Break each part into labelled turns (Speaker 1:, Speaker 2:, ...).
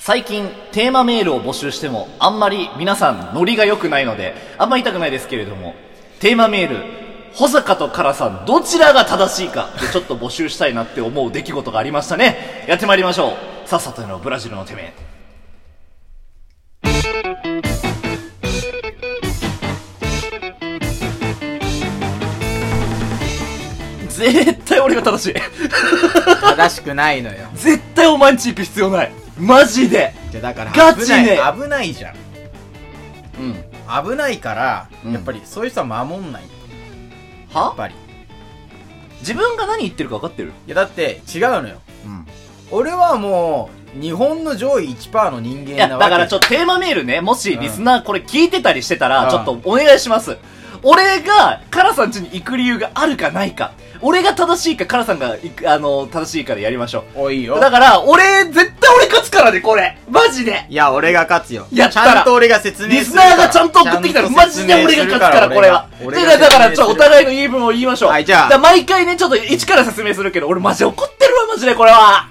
Speaker 1: 最近テーマメールを募集してもあんまり皆さんノリが良くないのであんまり言いたくないですけれどもテーマメール保坂と唐さんどちらが正しいかでちょっと募集したいなって思う出来事がありましたねやってまいりましょうさっさとのブラジルのてめえ絶対俺が正しい
Speaker 2: 正しくないのよ
Speaker 1: 絶対お前んち行く必要ないマジで
Speaker 2: じゃあだから
Speaker 1: ガ
Speaker 2: 危
Speaker 1: チ
Speaker 2: ない、
Speaker 1: ね
Speaker 2: 危ないじゃん
Speaker 1: うん
Speaker 2: 危ないから、
Speaker 1: うん
Speaker 2: やっぱりそういう人は守んないやっ
Speaker 1: は
Speaker 2: ぱりい
Speaker 1: 自分が何言ってるか分かってる
Speaker 2: やだって違うのよ
Speaker 1: うん
Speaker 2: 俺はもう日本の上位1%の人
Speaker 1: い
Speaker 2: 間
Speaker 1: や、だ
Speaker 2: なわけ
Speaker 1: からちょっとテーマメールね、もし
Speaker 2: うん
Speaker 1: リスナーこれ聞いてたりしてた
Speaker 2: う
Speaker 1: ら、
Speaker 2: ん
Speaker 1: ちょっとお願いします。俺が、カラさん家に行く理由があるかないか。俺が正しいか、カラさんが行く、あの、正しいかでやりましょ。
Speaker 2: おいいうよ
Speaker 1: だから、俺、絶対俺勝つからね、これ。マジで。
Speaker 2: いや俺が勝つよ
Speaker 1: やった
Speaker 2: ち
Speaker 1: ら
Speaker 2: ゃんと俺が説明
Speaker 1: リス
Speaker 2: するか
Speaker 1: ナ
Speaker 2: ら
Speaker 1: ーがちゃんと送ってきたら、マジで俺が勝つから、これは。
Speaker 2: ちゃんと
Speaker 1: だ
Speaker 2: 説明するら俺
Speaker 1: か
Speaker 2: が
Speaker 1: ら、だから、
Speaker 2: 俺
Speaker 1: ちょ、お
Speaker 2: が説明する
Speaker 1: 互いの言い分を言いましょう。
Speaker 2: はいじゃ
Speaker 1: だ
Speaker 2: あ
Speaker 1: から毎回ね、ちょっと一から説明するけど、俺マジ怒ってるわ、マジで、これは。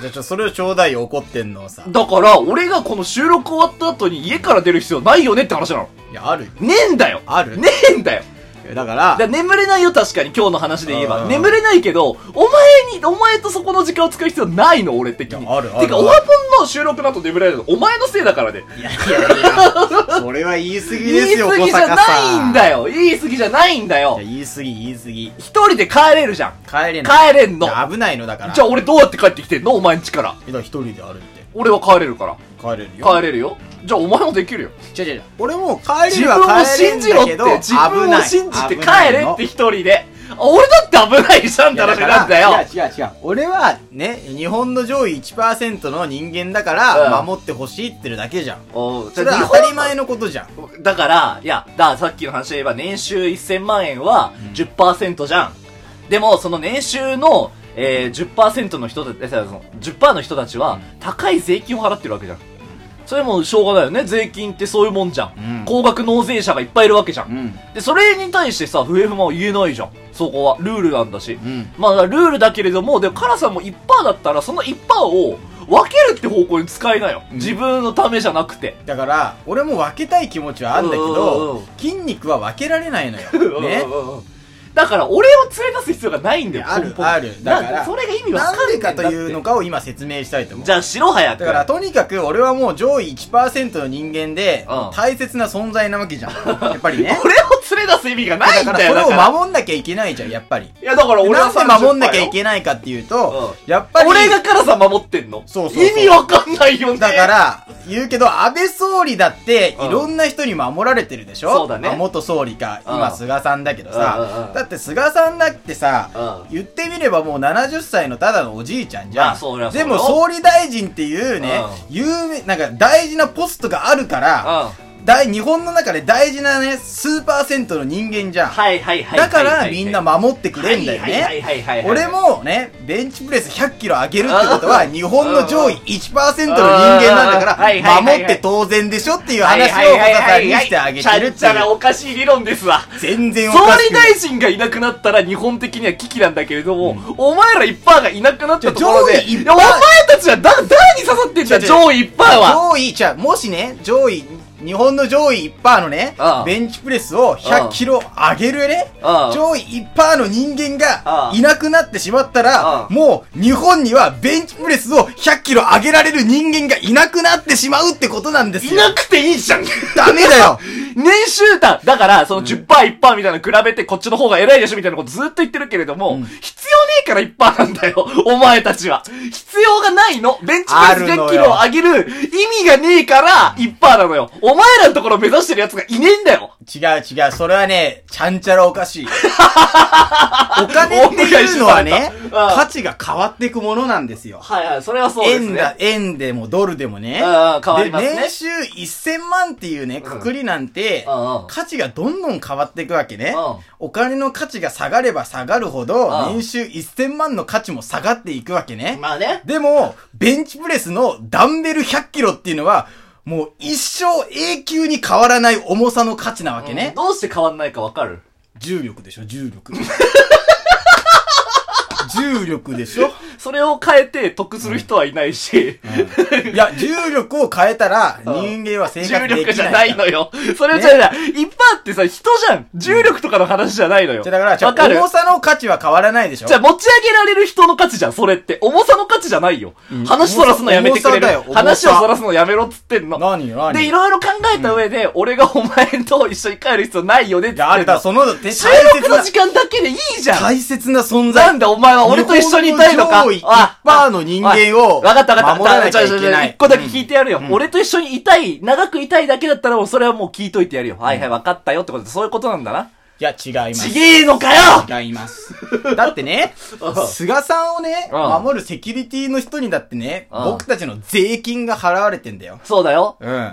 Speaker 2: じゃあちょそれをちょうだいよ怒ってんのをさ
Speaker 1: だから、俺がこの収録終わった後に家から出る必要ないよねって話なの。
Speaker 2: いやあるよ
Speaker 1: ねえんだよ
Speaker 2: ある
Speaker 1: ねえんだよ
Speaker 2: いやだから
Speaker 1: だから眠れないよ確かに今日の話で言え
Speaker 2: う
Speaker 1: ば
Speaker 2: ん
Speaker 1: 眠れないけどお前にお前とそこの時間を使う必要ないの俺的に
Speaker 2: いやあるあ
Speaker 1: て
Speaker 2: る
Speaker 1: か
Speaker 2: ある
Speaker 1: オワポンの収録の後眠れないのお前のせいだからね
Speaker 2: いやいやいやそれは言い過ぎですよ
Speaker 1: 言い過ぎじゃないん
Speaker 2: よ
Speaker 1: だよ言い過ぎじゃないんだよ
Speaker 2: 言い過ぎ言い過ぎ
Speaker 1: 一人で帰れるじゃん
Speaker 2: 帰れない
Speaker 1: 帰れんの
Speaker 2: いや危ないのだから
Speaker 1: じゃあ俺どうやって帰ってきてんのお前ん家から
Speaker 2: いや一人で歩いて
Speaker 1: 俺は帰れるから
Speaker 2: 帰れるよ
Speaker 1: 帰れるよじゃあお前もできるよ
Speaker 2: 違う違う違う俺も帰
Speaker 1: 自
Speaker 2: れる
Speaker 1: 分
Speaker 2: は
Speaker 1: を
Speaker 2: 帰れる
Speaker 1: 信
Speaker 2: ん
Speaker 1: じろっ
Speaker 2: だけ
Speaker 1: て
Speaker 2: ど
Speaker 1: 自分を信じて帰れって一人で俺だって危ないじゃん
Speaker 2: い
Speaker 1: って
Speaker 2: や
Speaker 1: 話
Speaker 2: だか
Speaker 1: なんだよ
Speaker 2: ら違う違う違う俺はね日本の上位1%の人間だから
Speaker 1: うん
Speaker 2: 守ってほしいってるだけじゃん
Speaker 1: おう
Speaker 2: それは当たり前のことじゃん
Speaker 1: だから、いや、だからさっきの話で言えば年収1000万円は10%じゃん。でも、その年収の、えー、10%の人たち、えその10%の人たちは高い税金を払ってるわけじゃん。それもしょうがないよね。税金ってそういうもんじゃん。
Speaker 2: うん
Speaker 1: 高額納税者がいっぱいいるわけじゃん。
Speaker 2: ん
Speaker 1: で、それに対してさ、不平不満を言えないじゃん。そこは。ルールなんだし。
Speaker 2: うん
Speaker 1: まあ、ルールだけれども、でも、カラさんも1%だったら、その1%を分けるって方向に使いなよ。
Speaker 2: うん
Speaker 1: 自分のためじゃなくて。
Speaker 2: だから俺も分けたい気持ちはあるんだけ
Speaker 1: うんうん
Speaker 2: ど
Speaker 1: うん
Speaker 2: 筋肉は分けら れないのよね
Speaker 1: ね。だから俺を連れ出す必要がないんだよ。
Speaker 2: ある
Speaker 1: 根本
Speaker 2: あるだか
Speaker 1: な
Speaker 2: ら
Speaker 1: それが意味わか
Speaker 2: なん
Speaker 1: んねえ
Speaker 2: で
Speaker 1: んだ
Speaker 2: か
Speaker 1: って
Speaker 2: というのかを今説明したいと思う
Speaker 1: じゃあ白早く。
Speaker 2: だから、とにかく俺はもう上位1%の人間で
Speaker 1: うん
Speaker 2: 大切な存在なわけ じゃんやっぱりね
Speaker 1: 俺を連れ出す意味がないん
Speaker 2: だか
Speaker 1: だ
Speaker 2: ら
Speaker 1: よ。
Speaker 2: それ
Speaker 1: だから
Speaker 2: を守んなきゃいけないじゃんやっぱり
Speaker 1: いやだから俺
Speaker 2: な
Speaker 1: は
Speaker 2: んで守んなきゃいけないかっていうと、やっぱり、
Speaker 1: 俺がからさ守ってんの。
Speaker 2: そうそうそう
Speaker 1: 意味わかんないよね。
Speaker 2: だか。ら、言うけど、安倍総理だって、
Speaker 1: うん
Speaker 2: いろんな人に守られてるでしょ
Speaker 1: そうだね
Speaker 2: まあ元総理か、
Speaker 1: うん
Speaker 2: 今菅さんだけど
Speaker 1: うんうんう
Speaker 2: さ
Speaker 1: ん、
Speaker 2: だって菅さんだってさ
Speaker 1: う、ん
Speaker 2: 言ってみればもう70歳のただのおじいちゃんじ
Speaker 1: ま
Speaker 2: ゃ
Speaker 1: あそり
Speaker 2: ん。
Speaker 1: ゃそうよ
Speaker 2: でも総理大臣っていうね、有名、なんか大事なポストがあるから、
Speaker 1: うん。
Speaker 2: 大日本の中で大事なね、数パーセントの人間じゃん。
Speaker 1: はいはいはい。
Speaker 2: だからみんな
Speaker 1: 守
Speaker 2: 守ってくれんだよね。
Speaker 1: はいはいはいはいはい。
Speaker 2: 俺もね、ベンチプレス100キロ上げるってことは、日本の上位1%の人間なんだ
Speaker 1: はい
Speaker 2: か
Speaker 1: は
Speaker 2: ら、
Speaker 1: いはいはい
Speaker 2: 守って当然でしょっていう
Speaker 1: はい
Speaker 2: 話を
Speaker 1: はいはいはい
Speaker 2: 小田さ
Speaker 1: は
Speaker 2: ん
Speaker 1: い、
Speaker 2: にしてあげてるっ
Speaker 1: ちゃってちゃ
Speaker 2: い
Speaker 1: な
Speaker 2: う。
Speaker 1: おかしい理論ですわ。
Speaker 2: 全然お
Speaker 1: 総
Speaker 2: かし
Speaker 1: 理
Speaker 2: くない
Speaker 1: 大臣がいなくなったら日本的には危機なんだけれども、お前ら一パーがいなくなったところで、
Speaker 2: じゃあ上位1%
Speaker 1: いやお前たちはだ、誰に刺さってんだ
Speaker 2: 違う違う
Speaker 1: 上位一パーは。
Speaker 2: 上位、じゃあもしね、上位、日本の上位1%のね
Speaker 1: ああ、
Speaker 2: ベンチプレスを100キロ上げるね、
Speaker 1: ああ
Speaker 2: 上位1%の人間
Speaker 1: あ
Speaker 2: が
Speaker 1: あ
Speaker 2: いなくなってしまった
Speaker 1: あ
Speaker 2: ら
Speaker 1: あ、
Speaker 2: もう日本にはベンチプレスを100キロ上げられる人間がいなくなってしまうってことなんです
Speaker 1: い
Speaker 2: よ。
Speaker 1: なくていいじゃん。
Speaker 2: ダメだよ
Speaker 1: 年収だだから、その10%、1%みたいなの比べてこっちの方が偉いでしょみたいなことずっと言ってるけれども、
Speaker 2: うん
Speaker 1: 必要ねえから1%なんだよ。お前たちは。必要がないの。ベンチ
Speaker 2: あ
Speaker 1: プ
Speaker 2: る
Speaker 1: レ
Speaker 2: の
Speaker 1: ス
Speaker 2: よ
Speaker 1: 100キロを上げる意味がねえから1%なのよ。お前らのところを目指してる奴がいねえんだよ。
Speaker 2: 違う違う、それはね、ちゃんちゃらお かしい。お金っていうのはね
Speaker 1: お、願いします
Speaker 2: 価値が変わっていくものなんですよ。
Speaker 1: はいはい、それはそうです
Speaker 2: 円
Speaker 1: ね。
Speaker 2: だ、円でもドルでもね。
Speaker 1: うんうん変わりますね
Speaker 2: で、年収1000万っていうね、くくりなんて
Speaker 1: うんうん、
Speaker 2: 価値がどんどん変わっていくわけね
Speaker 1: うん。
Speaker 2: お金の価値が下がれば下がるほど、
Speaker 1: うん
Speaker 2: 年収1000万の価値も下がっていくわけね。
Speaker 1: まあね。
Speaker 2: でも、ベンチプレスのダンベル100キロっていうのは、もう一生永久に変わらない重さの価値なわけね。
Speaker 1: どうして変わんないかわかる
Speaker 2: 重力でしょ、重力。重力でしょ
Speaker 1: それを変えて得する人はいないし、
Speaker 2: いや、重力を変えたら、人間は生活
Speaker 1: 重
Speaker 2: できない。
Speaker 1: 力じゃないのよ。それじゃない。一般ってさ、人じゃん。重力とかの話じゃないのよ。
Speaker 2: じゃあだから、じゃあ
Speaker 1: わかる
Speaker 2: 重さの価値は変わらないでしょ
Speaker 1: じゃあ持ち上げられる人の価値じゃん、それって。重さの価値じゃないよ。話そらすのやめてくれ
Speaker 2: 重さだよ
Speaker 1: る
Speaker 2: 重。さ
Speaker 1: 話をそらすのやめろっつってんの。
Speaker 2: 何何
Speaker 1: で、いろいろ考えた上で、俺がお前と一緒に帰る必要ないよねっつっ
Speaker 2: い
Speaker 1: てん
Speaker 2: や、
Speaker 1: の。
Speaker 2: あれだ、その、大
Speaker 1: 収
Speaker 2: 切
Speaker 1: 録の
Speaker 2: な
Speaker 1: 時、間だけでいいじゃん。
Speaker 2: 大切な存在。
Speaker 1: なんでお前は俺と一緒にいたいのか。
Speaker 2: 日本の上位1%の人間を
Speaker 1: わかったわかった。
Speaker 2: 守らなきゃいけない
Speaker 1: ちょちょちょ一個だけ聞いてやるよ。俺と一緒にいたい、長くいたいだけだったら、それはもう聞いといてやるよ。はいはい、わかったよってことで、そういうことなんだな。
Speaker 2: いや、違います。
Speaker 1: ちげえのかよ
Speaker 2: 違います。だってね、菅さんをね、
Speaker 1: うん
Speaker 2: 守るセキュリティの人にだってね、
Speaker 1: うん
Speaker 2: 僕たちの税金が払われてんだよ。
Speaker 1: そうだよ。
Speaker 2: うん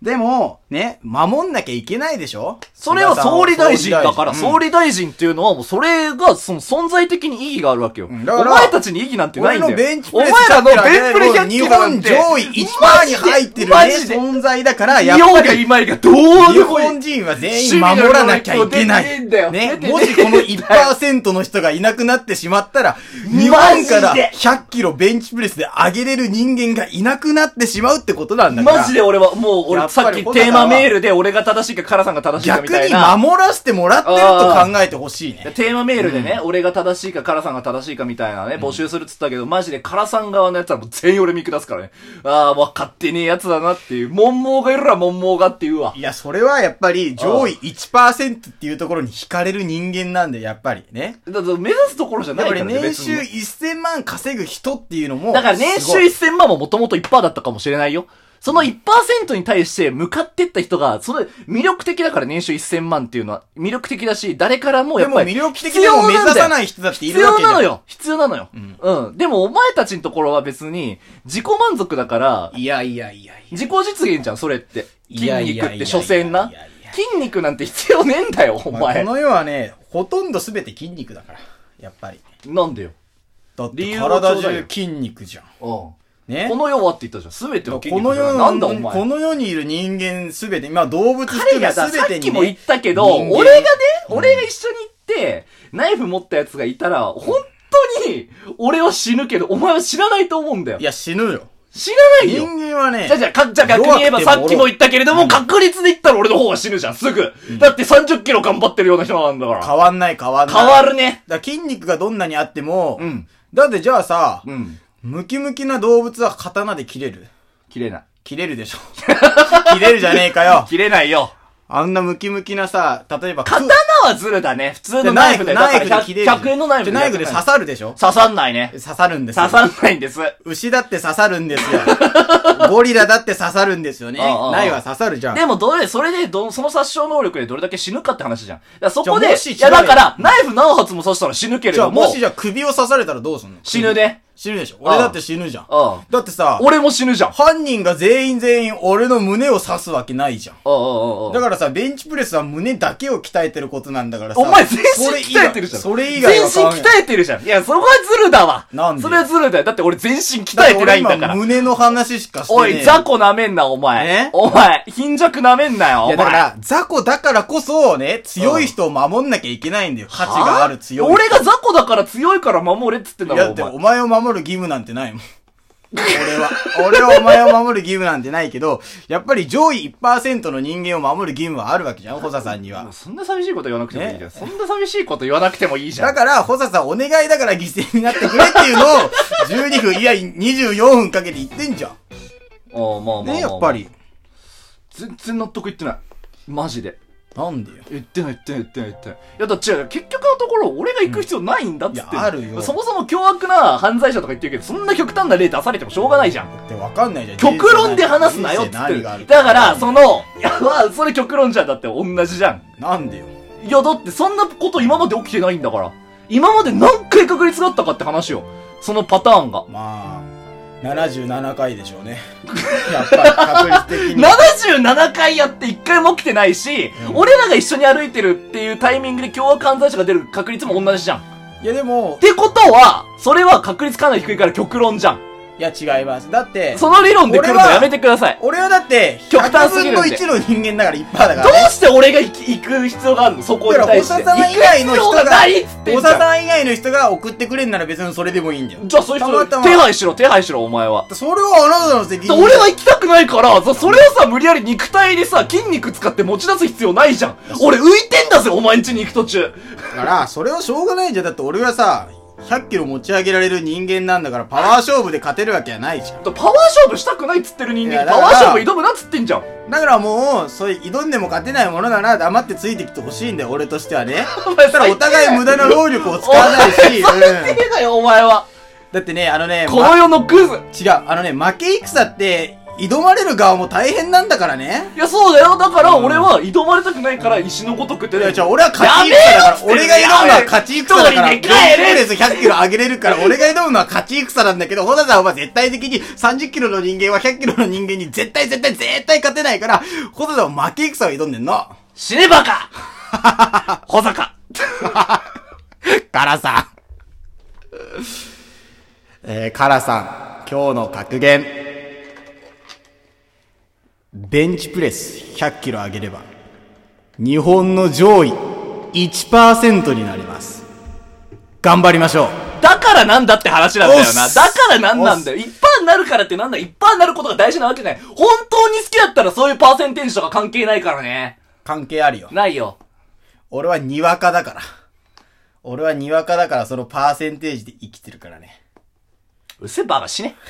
Speaker 2: でも、ね、守んなきゃいけないでしょ
Speaker 1: それは総理大臣だから、
Speaker 2: 菅さん
Speaker 1: 総
Speaker 2: を
Speaker 1: 理大臣っていうのはもうそれがその存在的に意義があるわけよ。お
Speaker 2: んだから
Speaker 1: 前たちに意義なんてないんだよ。
Speaker 2: 俺のベンチプ
Speaker 1: お
Speaker 2: レ
Speaker 1: 前
Speaker 2: ス
Speaker 1: らの
Speaker 2: チャ
Speaker 1: ベン
Speaker 2: ッ
Speaker 1: プ
Speaker 2: プ
Speaker 1: レ
Speaker 2: ラーね
Speaker 1: 100キロなんて。
Speaker 2: 日本上位1%に入ってるね、
Speaker 1: マジで
Speaker 2: 存在だから、やっ
Speaker 1: 日本
Speaker 2: ぱ
Speaker 1: が
Speaker 2: り、
Speaker 1: 今井がどうで
Speaker 2: 日
Speaker 1: もいい
Speaker 2: 本人は全員守らなきゃいけな
Speaker 1: 守備の能力を出てねえ
Speaker 2: い。
Speaker 1: んだよ
Speaker 2: ね、
Speaker 1: 出てねえんだよ
Speaker 2: もしこの1%の人がいなくなってしまったら、日
Speaker 1: マジ
Speaker 2: 本
Speaker 1: で
Speaker 2: から100キロベンチプレスで上げれる人間がいなくなってしまうってことなんだから。
Speaker 1: マジで俺は、もう俺
Speaker 2: やっぱり
Speaker 1: さっき
Speaker 2: 穂
Speaker 1: テ
Speaker 2: 高
Speaker 1: ー
Speaker 2: は
Speaker 1: マメールで俺が正しいか、カラさんが正しいかみ
Speaker 2: 逆
Speaker 1: たい
Speaker 2: に
Speaker 1: な。
Speaker 2: 守らせてもらってると考えてほしいね。
Speaker 1: テーマメールでね、俺が正しいか、カラさんが正しいかみたいなね、募集するっつったけど、マジでカラさん側のやつはもう全員俺見下すからね。ああ、分かってねえやつだなっていう。文盲がいるら文盲がっていうわ。
Speaker 2: いや、それはやっぱり上位1%っていうところに惹かれる人間なんで、やっぱりね。
Speaker 1: だって目指すところじゃ
Speaker 2: や
Speaker 1: な
Speaker 2: っ
Speaker 1: いか
Speaker 2: ぱり
Speaker 1: らね、
Speaker 2: 年
Speaker 1: 別
Speaker 2: 収
Speaker 1: に。
Speaker 2: 1000万稼ぐ人っていうのも、
Speaker 1: だから年
Speaker 2: すご
Speaker 1: 収
Speaker 2: い
Speaker 1: 1000万ももともと1%だったかもしれないよ。その1%に対して向かってった人が、それ魅力的だから年収1000万っていうのは魅力的だし、誰からも
Speaker 2: で
Speaker 1: やっ
Speaker 2: も
Speaker 1: ぱり
Speaker 2: 魅力的でも目指さないい人だってい
Speaker 1: 必
Speaker 2: るわ
Speaker 1: 要
Speaker 2: けじゃ
Speaker 1: なんのよ必要なのよ。うん。でもお前たちのところは別に自己満足だから、
Speaker 2: いやいやいやいや。
Speaker 1: 自己実現じゃん、それって。
Speaker 2: い
Speaker 1: 筋
Speaker 2: やいやいや
Speaker 1: 肉って所詮ない
Speaker 2: やいやい。や
Speaker 1: 筋肉なんて必要ねえんだよ、お
Speaker 2: まあ
Speaker 1: 前
Speaker 2: こ。の世はね、ほとんど全て筋肉だから。やっぱり。
Speaker 1: なんでよ。
Speaker 2: だっ
Speaker 1: 理
Speaker 2: て
Speaker 1: 由はち
Speaker 2: 体
Speaker 1: ょうだいよ
Speaker 2: 中筋肉じゃん。
Speaker 1: うん。
Speaker 2: ね
Speaker 1: こ。の世はって言ったじゃん。すべては筋
Speaker 2: こ
Speaker 1: 肉
Speaker 2: の
Speaker 1: だから
Speaker 2: 世
Speaker 1: なんだお
Speaker 2: の、
Speaker 1: 前。
Speaker 2: この世にいる人間すべて、まあ動物含
Speaker 1: 彼
Speaker 2: め
Speaker 1: がさ、
Speaker 2: すべ
Speaker 1: さ
Speaker 2: て
Speaker 1: っ
Speaker 2: に、ね。
Speaker 1: きも言ったけど、
Speaker 2: 人間
Speaker 1: 俺がね、俺が一緒に行って、ナイフ持ったやつがいたら、本当に、俺は死ぬけど、お前は知らないと思うんだよ
Speaker 2: い。や、死ぬよ。
Speaker 1: 知らない
Speaker 2: 人
Speaker 1: よ。
Speaker 2: 間は ね、
Speaker 1: じゃあじゃあ、か、じゃあ逆に言えば
Speaker 2: 弱くて
Speaker 1: さ
Speaker 2: も
Speaker 1: っきも言ったけれども、確率で言ったら俺の方が死ぬじゃん、すぐ。だって30キロ頑張ってるような人なんだから。
Speaker 2: 変わんない変わんない。
Speaker 1: 変わるね。
Speaker 2: だから筋肉がどんなにあっても、
Speaker 1: うん
Speaker 2: だってじゃあさ、
Speaker 1: うん。
Speaker 2: ムキムキな動物は刀で切れる
Speaker 1: 切れない。
Speaker 2: 切れるでしょ。 切れるじゃねえかよ。
Speaker 1: 切れないよ。
Speaker 2: あんなムキムキなさ、例えば、
Speaker 1: 刀はずるだね。普通のナ
Speaker 2: ナ
Speaker 1: イフ
Speaker 2: イフ
Speaker 1: で。
Speaker 2: で、
Speaker 1: だ
Speaker 2: ナ
Speaker 1: か
Speaker 2: イフで
Speaker 1: ら
Speaker 2: 切れるじゃん。
Speaker 1: 100円のナイフで。
Speaker 2: ナイフで刺さるでしょ
Speaker 1: 刺さんないね。
Speaker 2: 刺さるんですよ。
Speaker 1: 刺さんないんです。
Speaker 2: 牛だって刺さるんです よ。ゴリラだって刺さるんですよね。
Speaker 1: ああああ
Speaker 2: ナイフは刺さるじゃん。
Speaker 1: でもどれ、それでど、その殺傷能力でどれだけ死ぬかって話じゃん。だからそこ
Speaker 2: じゃあ
Speaker 1: で、
Speaker 2: もし
Speaker 1: いやだから、ナイフ何発も刺したら死ぬけれ
Speaker 2: じゃあ、
Speaker 1: ど
Speaker 2: も
Speaker 1: も
Speaker 2: し、じゃあ首を刺されたらどうすんの
Speaker 1: 死ぬ。ね。
Speaker 2: 死ぬでしょ。
Speaker 1: ああ
Speaker 2: 俺だって死ぬじゃん。
Speaker 1: ああ
Speaker 2: だってさ、
Speaker 1: 俺も死ぬじゃん。あ
Speaker 2: 犯人が全員全員俺の胸を刺すわけないじゃん。
Speaker 1: あ、ああ、あ
Speaker 2: だ
Speaker 1: あ。
Speaker 2: からさ、ベンチプレスは胸だけを鍛えてることなんだからさ。
Speaker 1: お前全身鍛えてるじゃん。
Speaker 2: それ以外
Speaker 1: 全身鍛えてるじゃん。いや、そこはズルだわ。
Speaker 2: なんで
Speaker 1: それはズルだよ。だって俺全身鍛えてないんだから。
Speaker 2: 胸の話しかしてね
Speaker 1: おい、雑魚舐めんな、お前
Speaker 2: え。
Speaker 1: お前、貧弱舐めんなよ、
Speaker 2: い
Speaker 1: お
Speaker 2: やだか
Speaker 1: 前。
Speaker 2: ら、雑魚だからこそね、強い人を守んなきゃいけないんだよ。価値がある強い。
Speaker 1: 俺が雑魚だから強いから守れっつってんだ
Speaker 2: い
Speaker 1: ろ、
Speaker 2: や、だ
Speaker 1: お
Speaker 2: っ
Speaker 1: 前。
Speaker 2: てお前を守る義務なんてないもん。俺は。俺はお前を守る義務なんてないけど、やっぱり上位1%の人間を守る義務はあるわけじゃん、ホサさんに
Speaker 1: も
Speaker 2: は
Speaker 1: う。そんな寂しいこと言わなくてもいいじゃん。
Speaker 2: ね
Speaker 1: そんな寂しいこと言わなくてもいいじゃん
Speaker 2: だ。から、ホサさんお願いだから犠牲になってくれっていうのを、12分、いや、24分かけて言ってんじゃ
Speaker 1: あ
Speaker 2: ん。
Speaker 1: あ、まあまあまあまあ。
Speaker 2: ね、やっぱ。り。
Speaker 1: 全然納得いってない。マジで。
Speaker 2: なんでよ。
Speaker 1: 言ってない言ってない言ってない言ってない。いや、だって違う結局のところ、俺が行く必要ないんだっつって、
Speaker 2: うんいやあるよ
Speaker 1: そもそも凶悪な犯罪者とか言ってるけど、そんな極端な例出されてもしょうがないじゃん。
Speaker 2: だってわかんないじゃん。
Speaker 1: 極論で話すなよっつ
Speaker 2: 人生
Speaker 1: ってる。
Speaker 2: 何がある
Speaker 1: だから、そ、の、 いや、まあ、それ極論じゃん。だって同じじゃん。
Speaker 2: なんでよ。
Speaker 1: いや、だってそんなこと今まで起きてないんだから。今まで何回確率があったかって話よ。そのパターンが。
Speaker 2: まあ、77回でしょうね。 やっぱり確率的に。
Speaker 1: 77回やって1回も起きてないし、俺らが一緒に歩いてるっていうタイミングで凶悪犯罪者が出る確率も同じじゃん。っ
Speaker 2: いやでも、
Speaker 1: てことは、それは確率かなり低いから極論じゃん。
Speaker 2: いや、違います。だって、
Speaker 1: その理論で来るのやめてください。
Speaker 2: 俺はだって、
Speaker 1: 極端すぎるんで
Speaker 2: 100分の1の人間だから1%だから
Speaker 1: ど
Speaker 2: ね。
Speaker 1: うして俺が行き行く必要があるのそこに
Speaker 2: だから、
Speaker 1: 対
Speaker 2: お
Speaker 1: して。
Speaker 2: ささん以外の人
Speaker 1: 行く必要が
Speaker 2: が
Speaker 1: ないっつっ、て
Speaker 2: お
Speaker 1: んじゃ
Speaker 2: さ
Speaker 1: ん
Speaker 2: さん以外の人が送ってくれんなら別にそれでもいいんだよ。
Speaker 1: じゃあそいつ
Speaker 2: たまたま
Speaker 1: 手配しろ、手配しろ、お前は。
Speaker 2: それはあなたの責任。
Speaker 1: 俺は行きたくないから、そそれをさ、無理やり肉体でさ、筋肉使って持ち出す必要ないじゃん。俺浮いてんだぜ、お前ん家に行く途中。
Speaker 2: だから、それはしょうがないじゃん。だって俺はさ、100キロ持ち上げられる人間なんだから、パワー勝負で勝てるわけはないじゃん。
Speaker 1: パワー勝負したくないっつってる人
Speaker 2: いや
Speaker 1: 間、パ
Speaker 2: だから
Speaker 1: ワー勝負挑むなっつってんじゃん。
Speaker 2: だからもう、そういう、挑んでも勝てないものなら黙ってついてきてほしいんだよ、俺としてはね。
Speaker 1: お前
Speaker 2: だからお互い無駄な労力を使わな い し、うん
Speaker 1: 手だよ、お前は。
Speaker 2: だってね、あのね、
Speaker 1: この世のクズ。
Speaker 2: 違う、あのね、負け戦って、挑まれる側も大変なんだからね。
Speaker 1: いや、そうだよ。だから、俺は挑まれたくないから、石のごとくて
Speaker 2: い
Speaker 1: ね。
Speaker 2: や、じゃ俺は勝ち戦だから、俺が挑むのは勝ち戦だから、
Speaker 1: 一人で帰れ
Speaker 2: レース100キロ上げれるから、俺が挑むのは勝ち戦なんだけど、ほ田さんは絶対的に30キロの人間は100キロの人間に絶対絶対絶対勝てないから、ほ田さんは負け戦を挑んでんの。
Speaker 1: 死ねば かほざか。
Speaker 2: からさ ん。えー、からさん、今日の格言。ベンチプレス100キロ上げれば、日本の上位1%になります。頑張りましょう。
Speaker 1: だからなんだって話なんだよ
Speaker 2: お
Speaker 1: な。
Speaker 2: っす
Speaker 1: だからなんなんだよ。一般になるからってなんだ一般になることが大事なわけじゃない。本当に好きだったらそういうパーセンテージとか関係ないからね。
Speaker 2: 関係あるよ。
Speaker 1: ないよ。
Speaker 2: 俺はにわかだから。俺はにわかだから、そのパーセンテージで生きてるからね。
Speaker 1: うっせばが死ね。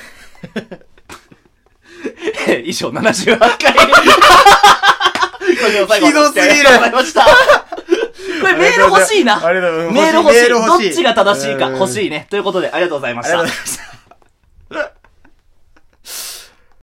Speaker 1: 以上78回。あり
Speaker 2: ひどすぎる
Speaker 1: がとうございました。 これメール欲しいな。
Speaker 2: ありがとうございます
Speaker 1: メール欲しい。
Speaker 2: メール欲しい
Speaker 1: どっちが正しいか
Speaker 2: うん
Speaker 1: 欲しいね。ということで、ありがとうございました。
Speaker 2: した。